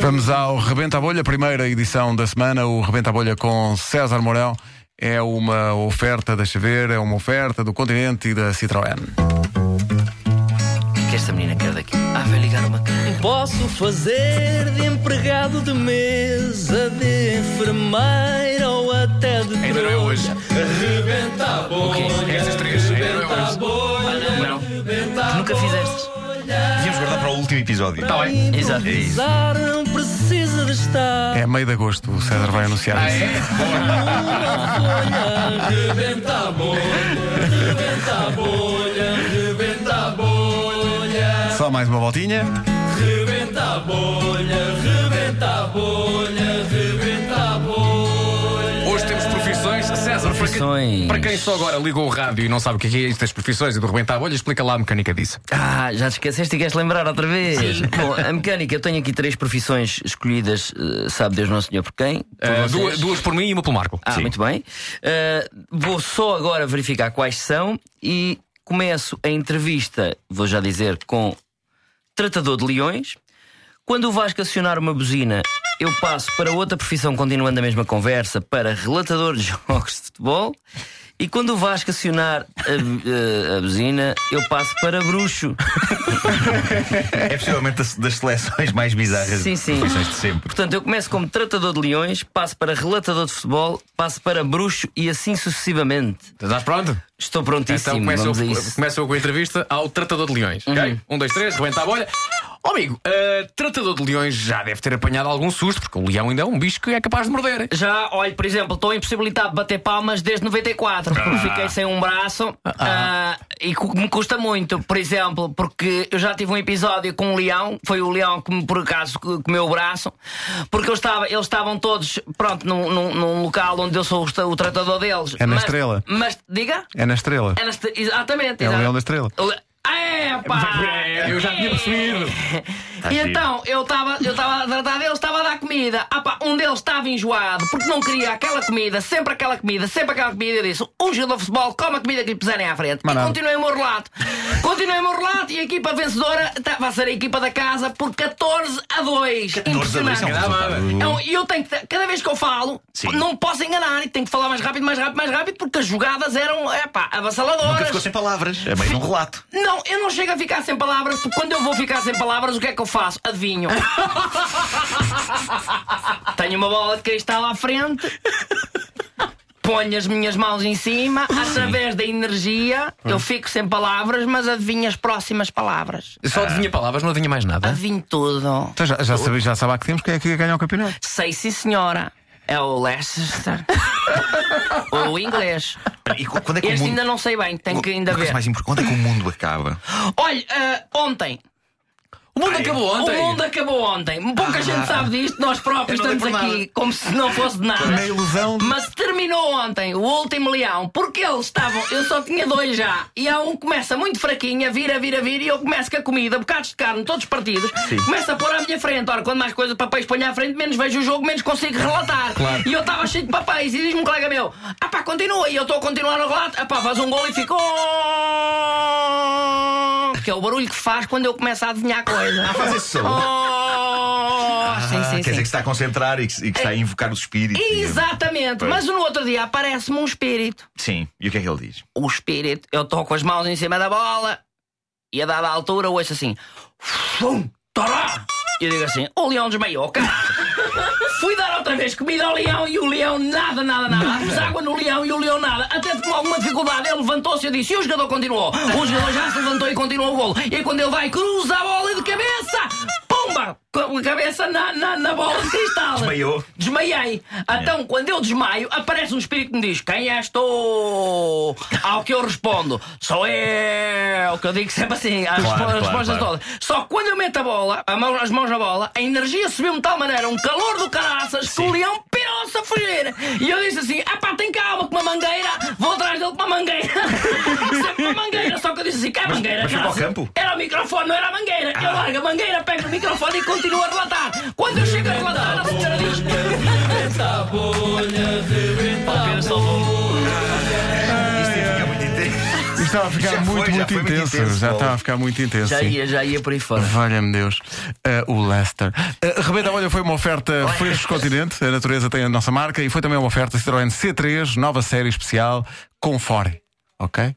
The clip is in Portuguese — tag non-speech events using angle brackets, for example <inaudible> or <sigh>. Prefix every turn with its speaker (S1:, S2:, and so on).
S1: Vamos ao Rebenta a Bolha, primeira edição da semana. O Rebenta a Bolha com César Mourão é uma oferta, deixa ver, é uma oferta do Continente e da Citroën.
S2: O que é que esta menina quer daqui? Ah, vai ligar uma câmera.
S3: Posso fazer de empregado de mesa, de enfermeira ou até de
S4: Ainda não é hoje.
S2: O quê?
S4: Estas três, ainda não é hoje.
S2: Ah, Não. Tu nunca fizeste. Tá
S4: Devíamos guardar para o último episódio. Está bem.
S2: Exato.
S4: É isso.
S3: Usar não precisa de estar
S1: É meio de agosto, o César vai anunciar isso. Só mais uma voltinha.
S4: Hoje temos profissões. César, para quem-
S2: Profissões.
S4: para quem só agora ligou o rádio e não sabe o que é que é isto das profissões e do rebentar a bolha, explica lá a mecânica disso.
S2: Ah, já te esqueceste e queres lembrar outra vez? Bom, a mecânica, eu tenho aqui três profissões escolhidas, eh, sabe Deus Nosso Senhor por quem? Por
S4: Ah,
S2: vocês.
S4: duas, duas por mim e uma pelo Marco.
S2: Ah, muito bem. Eh, vou só agora verificar quais são e começo a entrevista, vou já dizer, com tratador de leões. Quando o Vasco acionar uma buzina, eu passo para outra profissão, continuando a mesma conversa, para relatador de <laughs> jogos de futebol. E quando o Vasco acionar a, bu- eh, a buzina, eu passo para bruxo.
S5: <laughs> É possivelmente das, das seleções mais bizarras
S2: Sim, sim.
S5: de profissões de sempre.
S2: Portanto, eu começo como tratador de leões, passo para relatador de futebol, passo para bruxo e assim sucessivamente.
S4: Estás pronto?
S2: Estou prontíssimo.
S4: Então começa eu,
S2: vamos a isso. Uhum.
S4: começa eu com a entrevista ao Tratador de Leões. ok? Um, dois, três, rebenta a bolha. Ó amigo, ah, Tratador de Leões já deve ter apanhado algum susto, porque o leão ainda é um bicho que é capaz de morder.
S2: Já, olha, por exemplo, estou impossibilitado de bater palmas desde 94, porque
S1: Ah.
S2: fiquei sem um braço ah, e cu- me custa muito, por exemplo, porque eu já tive um episódio com um leão, foi o leão que me, por acaso co- comeu o braço, porque eu estava, eles estavam todos, pronto, num, num- num local onde eu sou o, esta- o tratador deles.
S1: É na
S2: mas,
S1: Estrela.
S2: Mas, diga?
S1: É na estrela.
S2: É na Estre- exatamente.
S1: É o
S2: exato.
S1: leão da Estrela.
S2: Le- É, pá!
S4: Eu já tinha percebido. Tá
S2: E então, eu estava eu tava a tratar deles, estava a dar comida. Ah, pá, um deles estava enjoado porque não queria aquela comida, sempre aquela comida, sempre aquela comida. Eu disse: um jogador de futebol come a comida que lhe puserem à frente. e continuei o meu relato. continuei o meu relato e a equipa vencedora estava a ser a equipa da casa por 14 a 2.
S5: é um
S2: Impressionante. Então, eu tenho que, cada vez que eu falo,
S5: Sim.
S2: não posso enganar e tenho que falar mais rápido, mais rápido, mais rápido, porque as jogadas eram, é pá,
S5: Nunca
S2: avassaladoras.
S5: ficou sem palavras. É mais um relato.
S2: Não, eu não chego a ficar sem palavras, porque quando eu vou ficar sem palavras, o que é que eu faço? Adivinho. Tenho uma bola de cristal à frente. Ponho as minhas mãos em cima, através da energia,
S5: Ah.
S2: eu fico sem palavras, mas adivinho as próximas palavras.
S4: Só adivinha palavras, não adivinha mais
S5: Ah.
S4: nada.
S2: Adivinho tudo.
S1: Então já, já, sabe, já sabe há que temos quem é que ia ganhar o campeonato.
S2: Sei sim, senhora. É o
S5: <laughs>
S2: Leicester. Ou o inglês.
S5: E qu- quando é que
S2: Este
S5: o mundo...
S2: ainda não sei bem, tenho que ainda
S5: Uma coisa
S2: ver.
S5: mais importante, Quando é que o mundo acaba?
S2: <gasps> Olha, ah, ontem
S4: O mundo acabou ontem.
S2: O mundo acabou ontem. Pouca gente sabe disto, nós próprios
S5: Ah. Eu não dei
S2: estamos
S5: por
S2: aqui como se não fosse de nada.
S1: Na ilusão de-
S2: Mas terminou ontem o último leão, porque eles estavam. Eu só tinha dois já. E há um que começa muito fraquinho, a vir, a vir, a vir, e eu começo com a comida, bocados de carne, todos partidos. Começo a pôr à minha frente. Ora, quando mais coisas, papéis ponho à frente, menos vejo o jogo, menos consigo relatar. E eu estava cheio de papéis. E diz-me um colega meu: ah pá, continua. E eu estou a continuar o relato. Ah pá, faz um gol e ficou. Que é o barulho que faz quando eu começo a adivinhar coisa. Ah,
S5: faz esse som.
S2: Oh, sim,
S5: Ah,
S2: sim, sim.
S5: quer dizer que se está a concentrar e que, se- e que está a invocar os espíritos.
S2: Exatamente,
S5: Pois.
S2: mas no outro dia aparece-me um espírito.
S5: Sim. E o que é que ele diz?
S2: O espírito, eu estou com as mãos em cima da bola e a dada altura ouço assim: Fum, tará! E eu digo assim: o leão desmaiou, cara. <laughs> Fui dar outra vez comida ao leão e o leão nada, nada, nada. Pus água no leão e o leão nada. Até com alguma dificuldade ele levantou-se e eu disse: e o jogador continuou. O jogador já se levantou e continuou o golo. E aí, quando ele vai, cruza a bola de cabeça! Pumba! Com a cabeça na, na, na bola de cristal.
S5: Desmaiou.
S2: Desmaiei.
S5: É.
S2: Então, quando eu desmaio, aparece um espírito que me diz: Quem és tu? Ao que eu respondo: Sou eu. Que eu digo sempre assim, às
S5: Claro,
S2: respo-
S5: claro,
S2: às respostas
S5: claro.
S2: todas. Só que quando eu meto a bola, a mão- as mãos na bola, a energia subiu de tal maneira, um calor do caraças, que o leão pirou-se a fugir. E eu disse assim: Ah pá, tem calma, com uma mangueira, vou atrás dele com uma mangueira. <laughs> sempre uma mangueira. Só que eu disse assim: Que é mangueira,
S5: mas foi para o
S2: caraças?"
S5: campo? Ah.
S2: Era o microfone, não era a mangueira. Eu largo a mangueira, pego o microfone e continuo a relatar. Quando eu chego a relatar, a senhora diz.
S5: Isto ia ficar muito intenso.
S1: Isto estava a ficar
S5: Já
S1: muito,
S5: foi, já
S1: muito
S5: foi muito
S1: intenso.
S5: intenso,
S1: já
S5: Paulo.
S1: estava a ficar muito intenso.
S2: Já
S1: sim.
S2: ia, já ia por aí fora.
S1: Valha-me Deus. Eh, o Leicester. Eh, Rebenta Olha foi uma oferta Frescos Continente. A natureza tem a nossa marca. E foi também uma oferta Citroën C3, nova série especial, Confore. Ok?